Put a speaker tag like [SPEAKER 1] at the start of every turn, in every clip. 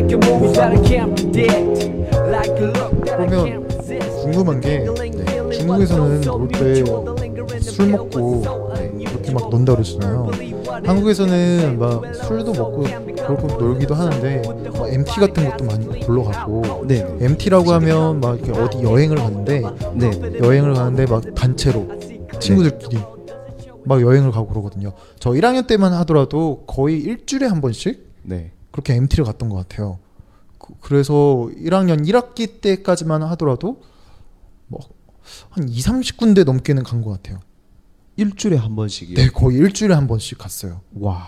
[SPEAKER 1] that I
[SPEAKER 2] 일단
[SPEAKER 1] can't predict. Like a look that I
[SPEAKER 2] 그러면
[SPEAKER 1] can't resist.
[SPEAKER 2] 궁금한 게 네, 중국에서는 올때술 먹고 네, 이렇게 막 논다 그러시잖아요. 한국에서는 막 술도 먹고 그렇고 놀기도 하는데 막 MT 같은 것도 많이 놀러 가고
[SPEAKER 3] 네.
[SPEAKER 2] MT라고 하면 막 이렇게 어디 여행을 가는데
[SPEAKER 3] 네.
[SPEAKER 2] 여행을 가는데 막 단체로 친구들끼리 막 여행을 가고 그러거든요. 저 1학년 때만 하더라도 거의 일주일에 한 번씩
[SPEAKER 3] 네.
[SPEAKER 2] 그렇게 MT를 갔던 것 같아요. 그- 그래서 1학년 1학기 때까지만 하더라도 뭐한 2, 30군데 넘게는 간 것 같아요.
[SPEAKER 3] 일주일에 한 번씩이요.
[SPEAKER 2] 네, 거의 일주일에 한 번씩 갔어요.
[SPEAKER 3] 와.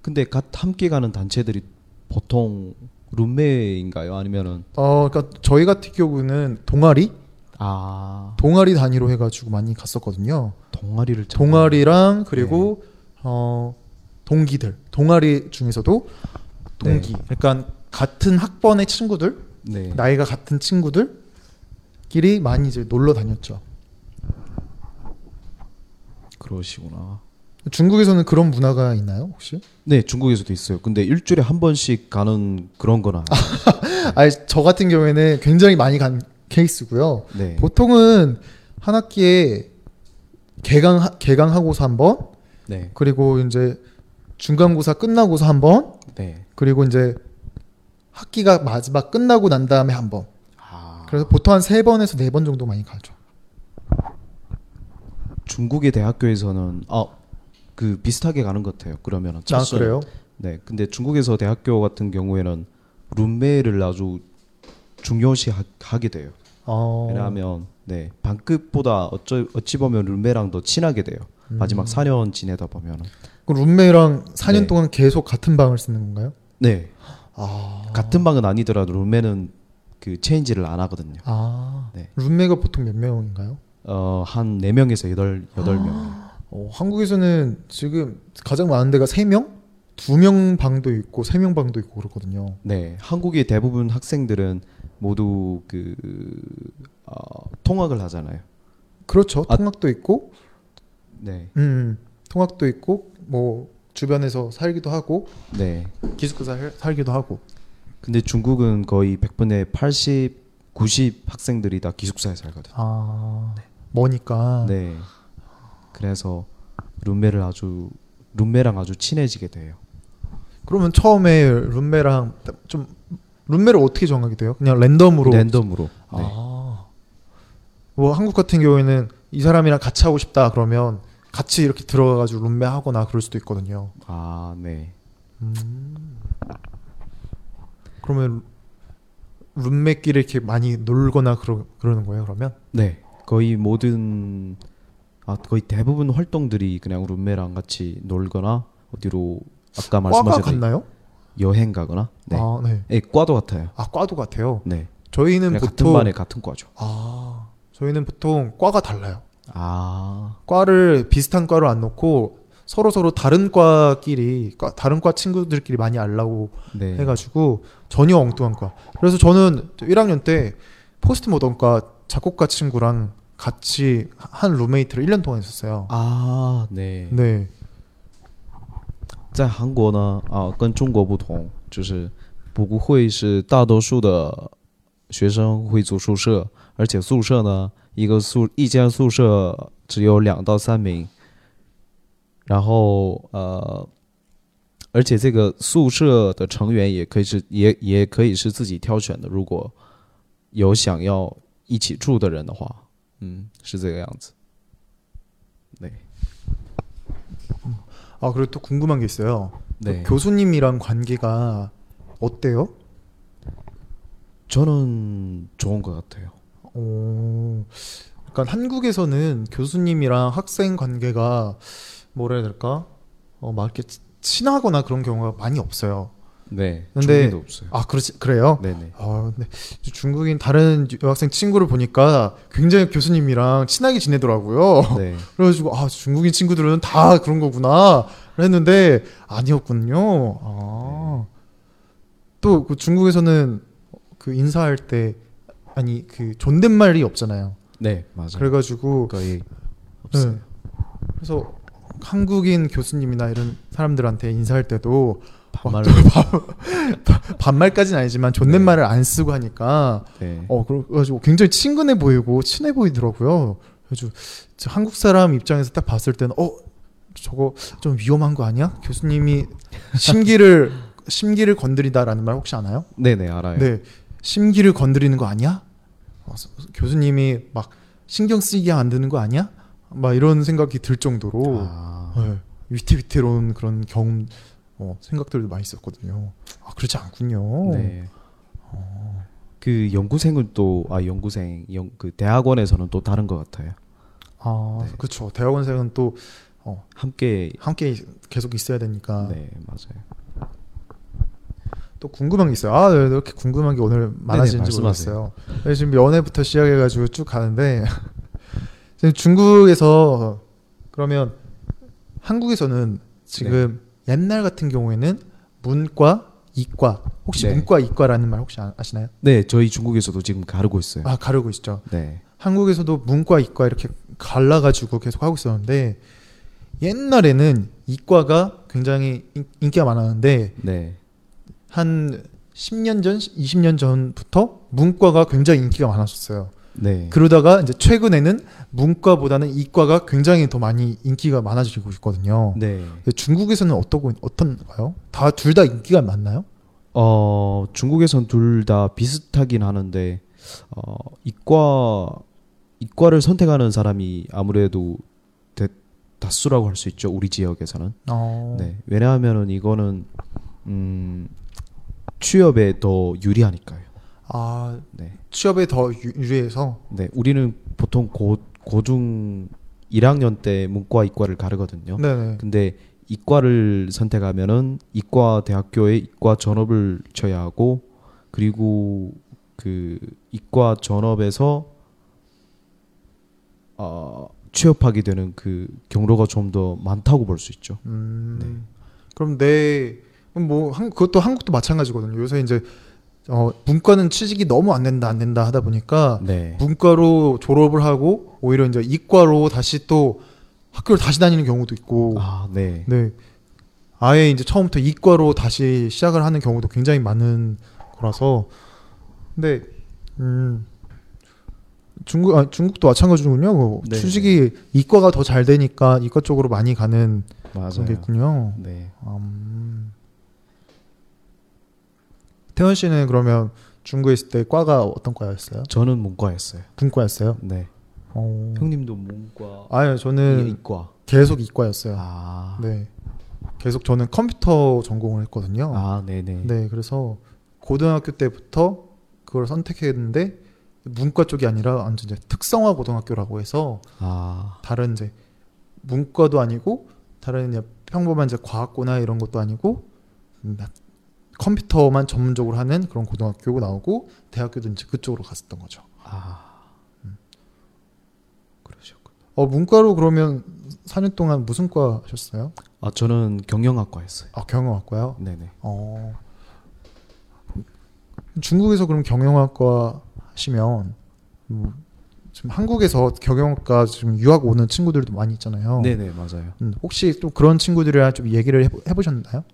[SPEAKER 3] 근데 갓 함께 가는 단체들이 보통 룸메인가요? 아니면은
[SPEAKER 2] 어, 그러니까 저희 같은 경우는 동아리,
[SPEAKER 3] 아
[SPEAKER 2] 동아리 단위로 해가지고 많이 갔었거든요.
[SPEAKER 3] 동아리를 찾는-
[SPEAKER 2] 동아리랑 그리고 어 동기들, 동아리 중에서도 동기, 그러니까 같은 학번의 친구들,
[SPEAKER 3] 네.
[SPEAKER 2] 나이가 같은 친구들끼리 많이 이제 놀러 다녔죠.
[SPEAKER 3] 그러시구나.
[SPEAKER 2] 중국에서는 그런 문화가 있나요 혹시?
[SPEAKER 3] 네, 중국에서도 있어요. 근데 일주일에 한 번씩 가는 그런 거나. 네.
[SPEAKER 2] 아니 저 같은 경우에는 굉장히 많이 간 케이스고요.
[SPEAKER 3] 네.
[SPEAKER 2] 보통은 한 학기에 개강 개강하고서 한 번,
[SPEAKER 3] 네.
[SPEAKER 2] 그리고 이제 중간고사 끝나고서 한 번,
[SPEAKER 3] 네.
[SPEAKER 2] 그리고 이제 학기가 마지막 끝나고 난 다음에 한 번.
[SPEAKER 3] 아.
[SPEAKER 2] 그래서 보통 한 세 번에서 네 번 정도 많이 가죠.
[SPEAKER 3] 중국의 대학교에서는 어, 아그 비슷하게 가는 것 같아요. 그러면은
[SPEAKER 2] 아
[SPEAKER 3] 첫순-
[SPEAKER 2] 그래요?
[SPEAKER 3] 네. 근데 중국에서 대학교 같은 경우에는 룸메를 아주 중요시 하, 하게 돼요.
[SPEAKER 2] 어,
[SPEAKER 3] 왜냐하면 네 반급보다 어쩌, 어찌 보면 룸메랑 더 친하게 돼요. 마지막
[SPEAKER 2] 음.
[SPEAKER 3] 4년 지내다 보면
[SPEAKER 2] 그럼 룸메랑 4년
[SPEAKER 3] 네.
[SPEAKER 2] 동안 계속 같은 방을 쓰는 건가요?
[SPEAKER 3] 네
[SPEAKER 2] 아,
[SPEAKER 3] 같은 방은 아니더라도 룸메는 그 체인지를 안 하거든요.
[SPEAKER 2] 아,
[SPEAKER 3] 네.
[SPEAKER 2] 룸메가 보통 몇 명인가요?
[SPEAKER 3] 어한 4명에서 8, 8명
[SPEAKER 2] 어, 한국에서는 지금 가장 많은 데가 3명? 2명 방도 있고 3명 방도 있고 그렇거든요.
[SPEAKER 3] 네 한국의 대부분 학생들은 모두 그 어, 통학을 하잖아요.
[SPEAKER 2] 그렇죠.
[SPEAKER 3] 아.
[SPEAKER 2] 통학도 있고
[SPEAKER 3] 네
[SPEAKER 2] 음, 통학도 있고 뭐 주변에서 살기도 하고
[SPEAKER 3] 네.
[SPEAKER 2] 기숙사 살- 살기도 하고.
[SPEAKER 3] 근데 중국은 거의 100분의 80, 90 학생들이 다 기숙사에 살거든.
[SPEAKER 2] 아. 머니까.
[SPEAKER 3] 네. 그래서 룸메를 아주 룸메랑 아주 친해지게 돼요.
[SPEAKER 2] 그러면 처음에 룸메랑 좀 룸메를 어떻게 정하게 돼요? 그냥 랜덤으로.
[SPEAKER 3] 랜덤으로. 네.
[SPEAKER 2] 아. 뭐 한국 같은 경우에는 이 사람이랑 같이 하고 싶다 그러면 같이 이렇게 들어가 가지고 룸메 하거나 그럴 수도 있거든요.
[SPEAKER 3] 아, 네.
[SPEAKER 2] 그러면 룸메끼리 이렇게 많이 놀거나 그러, 그러는 거예요, 그러면?
[SPEAKER 3] 네. 거의 모든 아, 거의 대부분 활동들이 그냥 룸메랑 같이 놀거나 어디로
[SPEAKER 2] 과가
[SPEAKER 3] 아까 말씀하셨던
[SPEAKER 2] 같나요?
[SPEAKER 3] 여행 가거나. 네.
[SPEAKER 2] 아, 네.
[SPEAKER 3] 예, 과도 같아요.
[SPEAKER 2] 아, 과도 같아요.
[SPEAKER 3] 네.
[SPEAKER 2] 저희는
[SPEAKER 3] 그냥
[SPEAKER 2] 보통
[SPEAKER 3] 같은 반에 같은 과죠.
[SPEAKER 2] 아, 저희는 보통 과가 달라요.
[SPEAKER 3] 아.
[SPEAKER 2] 과를 비슷한 과로 안 놓고 서로 서로 다른 과끼리 과, 다른 과 친구들끼리 많이 알라고
[SPEAKER 3] 네.
[SPEAKER 2] 해가지고 전혀 엉뚱한 과. 그래서 저는 1학년 때 포스트 모던과 작곡가 친구랑 같이 한 룸메이트를 1년 동안 했었어요.
[SPEAKER 3] 아, 네.
[SPEAKER 2] 对，
[SPEAKER 3] 在韩国呢，啊，跟中国不同，就是不会是大多数的学生会住宿舍，而且宿舍呢，一个宿一间宿舍只有两到三名，然后呃，而且这个宿舍的成员也可以是也也可以是自己挑选的，如果有想要一起住的人的话，嗯，是这个样子。
[SPEAKER 2] 아 그리고 또 궁금한 게 있어요. 그
[SPEAKER 3] 네.
[SPEAKER 2] 교수님이랑 관계가 어때요?
[SPEAKER 3] 저는 좋은 것 같아요.
[SPEAKER 2] 어, 그러니까 한국에서는 교수님이랑 학생 관계가 뭐라 해야 될까? 어, 막 이렇게 치- 친하거나 그런 경우가 많이 없어요.
[SPEAKER 3] 네.
[SPEAKER 2] 근데-
[SPEAKER 3] 중국도 없어요.
[SPEAKER 2] 아 그렇지 그래요?
[SPEAKER 3] 네네.
[SPEAKER 2] 아 근데 중국인 다른 여학생 친구를 보니까 굉장히 교수님이랑 친하게 지내더라고요.
[SPEAKER 3] 네.
[SPEAKER 2] 그래가지고 아 중국인 친구들은 다 그런 거구나 했는데 아니었군요. 아. 또그 중국에서는 그 인사할 때 아니 그 존댓말이 없잖아요.
[SPEAKER 3] 네, 맞아요.
[SPEAKER 2] 그래가지고
[SPEAKER 3] 거의 없어요.
[SPEAKER 2] 네. 그래서 한국인 교수님이나 이런 사람들한테 인사할 때도
[SPEAKER 3] 반말을
[SPEAKER 2] 반말까지는 아니지만 존댓말을 안 쓰고 하니까
[SPEAKER 3] 네.
[SPEAKER 2] 어 그러- 그래가지고 굉장히 친근해 보이고 친해 보이더라고요. 그래서 저 한국 사람 입장에서 딱 봤을 때는 어 저거 좀 위험한 거 아니야? 교수님이 심기를 심기를 건드리다라는 말 혹시 아나요?
[SPEAKER 3] 네네 알아요.
[SPEAKER 2] 네, 심기를 건드리는 거 아니야? 어, 서- 교수님이 막 신경 쓰이게 만드는 거 아니야? 막 이런 생각이 들 정도로
[SPEAKER 3] 아,
[SPEAKER 2] 네, 위태위태로운 그런 경험 어, 생각들도 많이 있었거든요. 아 그렇지 않군요.
[SPEAKER 3] 네. 그 연구생은 또 아 연구생 연, 그 대학원에서는 또 다른 것 같아요.
[SPEAKER 2] 아
[SPEAKER 3] 네.
[SPEAKER 2] 그렇죠. 대학원생은 또 어,
[SPEAKER 3] 함께
[SPEAKER 2] 함께 계속 있어야 되니까
[SPEAKER 3] 네 맞아요.
[SPEAKER 2] 또 궁금한 게 있어요. 아 네, 이렇게 궁금한 게 오늘 많아지는지
[SPEAKER 3] 말씀하세요.
[SPEAKER 2] 모르겠어요. 네, 지금 연애부터 시작해가지고 쭉 가는데 지금 중국에서 그러면 한국에서는 지금
[SPEAKER 3] 네.
[SPEAKER 2] 옛날 같은 경우에는 문과 이과 혹시
[SPEAKER 3] 네.
[SPEAKER 2] 문과 이과라는 말 혹시 아- 아시나요?
[SPEAKER 3] 네 저희 중국에서도 지금 가르고 있어요.
[SPEAKER 2] 아 가르고 있죠.
[SPEAKER 3] 네.
[SPEAKER 2] 한국에서도 문과 이과 이렇게 갈라가지고 계속 하고 있었는데 옛날에는 이과가 굉장히 인- 인기가 많았는데
[SPEAKER 3] 네.
[SPEAKER 2] 한 10년 전, 20년 전부터 문과가 굉장히 인기가 많았었어요.
[SPEAKER 3] 네.
[SPEAKER 2] 그러다가 이제 최근에는 문과보다는 이과가 굉장히 더 많이 인기가 많아지고 있거든요.
[SPEAKER 3] 네.
[SPEAKER 2] 근데 중국에서는 어떠고 어떤가요? 다 둘 다 인기가 많나요?
[SPEAKER 3] 어 중국에선 둘 다 비슷하긴 하는데 어 이과 이과를 선택하는 사람이 아무래도 대, 다수라고 할 수 있죠. 우리 지역에서는.
[SPEAKER 2] 어...
[SPEAKER 3] 네. 왜냐하면은 이거는 음 취업에 더 유리하니까요.
[SPEAKER 2] 아
[SPEAKER 3] 네.
[SPEAKER 2] 취업에 더 유- 유리해서
[SPEAKER 3] 네. 우리는 보통 고 고중 1학년 때 문과 이과를 가르거든요.
[SPEAKER 2] 네네
[SPEAKER 3] 근데 이과를 선택하면은 이과 대학교에 이과 전업을 쳐야 하고 그리고 그 이과 전업에서 어, 취업하게 되는 그 경로가 좀 더 많다고 볼 수 있죠.
[SPEAKER 2] 음, 그럼 내, 그럼 뭐, 한, 그것도 한국도 마찬가지거든요. 요새 이제, 어, 문과는 취직이 너무 안 된다, 안 된다 하다 보니까,
[SPEAKER 3] 네.
[SPEAKER 2] 예. 문과로 졸업을 하고, 오히려 이제 이과로 다시 또 학교를 다시 다니는 경우도 있고,
[SPEAKER 3] 아, 네.
[SPEAKER 2] 네. 아예 이제 처음부터 이과로 다시 시작을 하는 경우도 굉장히 많은 거라서, 근데, 음, 중국, 아, 중국도 마찬가지군요.
[SPEAKER 3] 네.
[SPEAKER 2] 취직이 이과가 더 잘 되니까 이과 쪽으로 많이 가는 그런 게
[SPEAKER 3] 맞아요.
[SPEAKER 2] 있군요.
[SPEAKER 3] 네.
[SPEAKER 2] 음. 태원 씨는 그러면 중국에 있을 때 과가 어떤 과였어요?
[SPEAKER 3] 저는 문과였어요.
[SPEAKER 2] 분과였어요?
[SPEAKER 3] 네.
[SPEAKER 2] 어.
[SPEAKER 3] 형님도 문과
[SPEAKER 2] 아니요, 저는
[SPEAKER 3] 이과.
[SPEAKER 2] 계속 이과였어요.
[SPEAKER 3] 아.
[SPEAKER 2] 네, 계속 저는 컴퓨터 전공을 했거든요.
[SPEAKER 3] 아, 네, 네.
[SPEAKER 2] 네, 그래서 고등학교 때부터 그걸 선택했는데 문과 쪽이 아니라 완전 이제 특성화 고등학교라고 해서
[SPEAKER 3] 아.
[SPEAKER 2] 다른 이제 문과도 아니고 다른 이제 평범한 이제 과학고나 이런 것도 아니고 음, 나- 컴퓨터만 전문적으로 하는 그런 고등학교 나오고 대학교도 이제 그쪽으로 갔었던 거죠.
[SPEAKER 3] 아. 그러셨군.
[SPEAKER 2] 어 문과로 그러면 4년 동안 무슨 과 하셨어요?
[SPEAKER 3] 아, 저는 경영학과였어요.
[SPEAKER 2] 아 경영학과요.
[SPEAKER 3] 네, 네.
[SPEAKER 2] 어 중국에서 그럼 경영학과 하시면 음, 지금 한국에서 경영학과 지금 유학 오는 친구들도 많이 있잖아요.
[SPEAKER 3] 네, 네, 맞아요.
[SPEAKER 2] 음, 혹시 또 그런 친구들이랑 좀 얘기를 해보, 해보셨나요?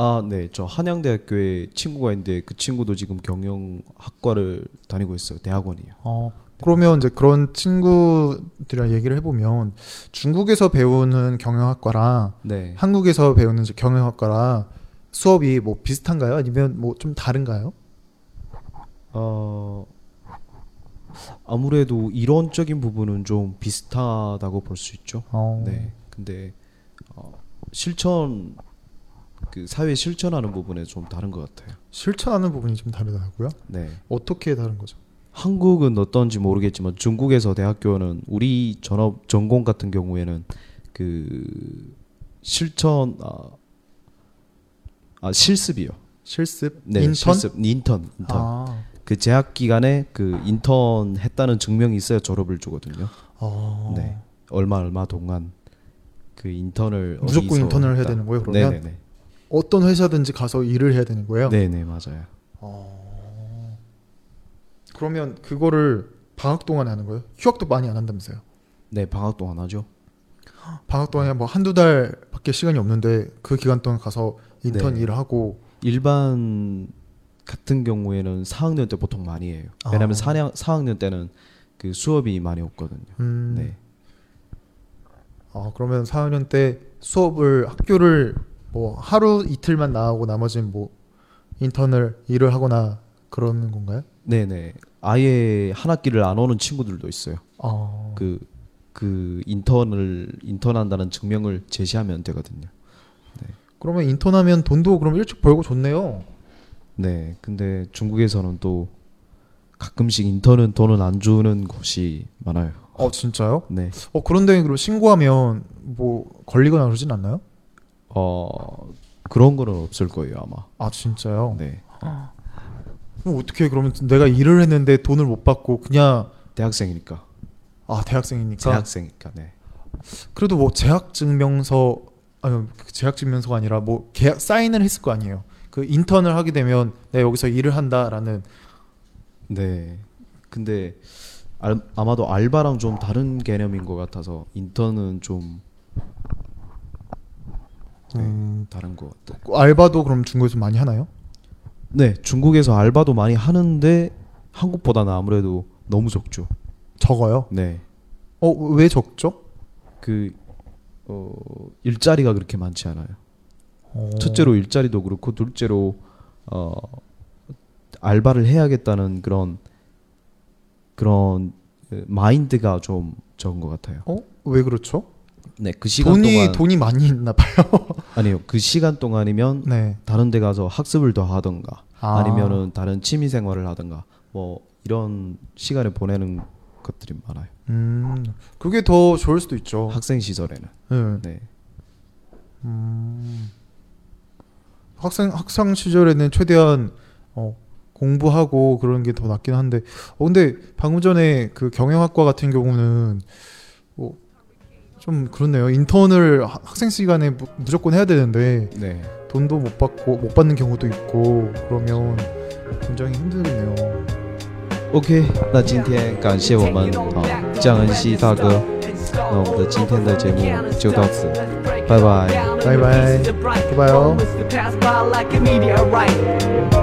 [SPEAKER 3] 아, 네. 저 한양대학교에 친구가 있는데 그 친구도 지금 경영학과를 다니고 있어요. 대학원이요.
[SPEAKER 2] 어, 그러면 이제 그런 친구들이랑 얘기를 해보면 중국에서 배우는 경영학과랑
[SPEAKER 3] 네.
[SPEAKER 2] 한국에서 배우는 이제 경영학과랑 수업이 뭐 비슷한가요? 아니면 뭐 좀 다른가요?
[SPEAKER 3] 어 아무래도 이론적인 부분은 좀 비슷하다고 볼 수 있죠.
[SPEAKER 2] 어,
[SPEAKER 3] 네. 근데 어, 실천 그 사회 실천하는 부분에 좀 다른 것 같아요.
[SPEAKER 2] 실천하는 부분이 좀 다르다고요?
[SPEAKER 3] 네.
[SPEAKER 2] 어떻게 다른 거죠?
[SPEAKER 3] 한국은 어떤지 모르겠지만 중국에서 대학교는 우리 전업 전공 같은 경우에는 그 실천 아, 아 실습이요.
[SPEAKER 2] 실습,
[SPEAKER 3] 네,
[SPEAKER 2] 인턴,
[SPEAKER 3] 실습, 인턴, 인턴.
[SPEAKER 2] 아,
[SPEAKER 3] 그 재학 기간에 그 인턴 했다는 증명이 있어야 졸업을 주거든요.
[SPEAKER 2] 어,
[SPEAKER 3] 네. 얼마 얼마 동안 그 인턴을
[SPEAKER 2] 무조건
[SPEAKER 3] 어디서
[SPEAKER 2] 인턴을 해야
[SPEAKER 3] 했다.
[SPEAKER 2] 되는 거예요, 그러면?
[SPEAKER 3] 네네네.
[SPEAKER 2] 어떤 회사든지 가서 일을 해야 되는 거예요?
[SPEAKER 3] 네네 맞아요.
[SPEAKER 2] 그러면 그거를 방학 동안 하는 거예요? 휴학도 많이 안 한다면서요?
[SPEAKER 3] 네 방학 동안 하죠.
[SPEAKER 2] 방학 동안에 뭐 한두 달밖에 시간이 없는데 그 기간 동안 가서 인턴
[SPEAKER 3] 네.
[SPEAKER 2] 일을 하고
[SPEAKER 3] 일반 같은 경우에는 4학년 때 보통 많이 해요.
[SPEAKER 2] 아.
[SPEAKER 3] 왜냐면 4학, 4학년 때는 그 수업이 많이 없거든요.
[SPEAKER 2] 음,
[SPEAKER 3] 네.
[SPEAKER 2] 아, 그러면 4학년 때 수업을 학교를 뭐 하루 이틀만 나가고 나머지는 뭐 인턴을 일을 하거나 그러는 건가요?
[SPEAKER 3] 네네. 아예 한 학기를 안 오는 친구들도 있어요.
[SPEAKER 2] 어,
[SPEAKER 3] 그, 그 인턴을, 인턴한다는 증명을 제시하면 되거든요.
[SPEAKER 2] 그러면 인턴하면 돈도 그럼 일찍 벌고 좋네요.
[SPEAKER 3] 네. 근데 중국에서는 또 가끔씩 인턴은 돈을 안 주는 곳이 많아요.
[SPEAKER 2] 어, 진짜요?
[SPEAKER 3] 네.
[SPEAKER 2] 어, 그런데 그럼 신고하면 뭐 걸리거나 그러진 않나요?
[SPEAKER 3] 어, 그런 거는 없을 거예요, 아마.
[SPEAKER 2] 아, 진짜요?
[SPEAKER 3] 네.
[SPEAKER 2] 그럼 어떻게 그러면 내가 일을 했는데 돈을 못 받고 그냥
[SPEAKER 3] 대학생이니까.
[SPEAKER 2] 아, 대학생이니까
[SPEAKER 3] 대학생이니까, 네.
[SPEAKER 2] 그래도 뭐 재학 증명서 아니 재학 증명서가 아니라 뭐 계약 사인을 했을 거 아니에요. 그 인턴을 하게 되면 내가 여기서 일을 한다라는
[SPEAKER 3] 네. 근데 알, 아마도 알바랑 좀 다른 개념인 것 같아서 인턴은 좀 네.
[SPEAKER 2] 음,
[SPEAKER 3] 다른 것 같아요.
[SPEAKER 2] 알바도 그럼 중국에서 많이 하나요?
[SPEAKER 3] 네, 중국에서 알바도 많이 하는데 한국보다는 아무래도 너무 적죠.
[SPEAKER 2] 적어요.
[SPEAKER 3] 네,
[SPEAKER 2] 어 왜 적죠?
[SPEAKER 3] 그 어, 일자리가 그렇게 많지 않아요.
[SPEAKER 2] 어,
[SPEAKER 3] 첫째로 일자리도 그렇고 둘째로 어, 알바를 해야겠다는 그런 그런 그 마인드가 좀 적은 것 같아요.
[SPEAKER 2] 어왜 그렇죠?
[SPEAKER 3] 네, 그 시간
[SPEAKER 2] 돈이
[SPEAKER 3] 동안
[SPEAKER 2] 돈이 많이 있나 봐요.
[SPEAKER 3] 아니요, 그 시간 동안이면
[SPEAKER 2] 네.
[SPEAKER 3] 다른 데 가서 학습을 더 하던가
[SPEAKER 2] 아.
[SPEAKER 3] 아. 니면은 다른 취미 생활을 하던가 뭐 이런 시간을 보내는 것들이 많아요.
[SPEAKER 2] 음 그게 더 좋을 수도 있죠.
[SPEAKER 3] 학생 시절에는.
[SPEAKER 2] 네.
[SPEAKER 3] 네.
[SPEAKER 2] 학생 학창 시절에는 최대한 어, 공부하고 그런 게 더 낫긴 한데 어, 근데 방금 전에 그 경영학과 같은 경우는 뭐, 좀 그렇네요 인턴을 하- 학생 시간에 무, 무조건 해야 되는데
[SPEAKER 3] 네.
[SPEAKER 2] 돈도 못 받고 못 받는 경우도 있고 그러면 굉장히 힘들겠네요
[SPEAKER 3] OK，那今天感谢我们
[SPEAKER 1] 어.
[SPEAKER 3] 啊江恩熙大哥，那我们的今天的节目就到此，拜拜。
[SPEAKER 2] 拜拜
[SPEAKER 1] Goodbye.
[SPEAKER 2] goodbye all.
[SPEAKER 1] Passed by like a meteorite.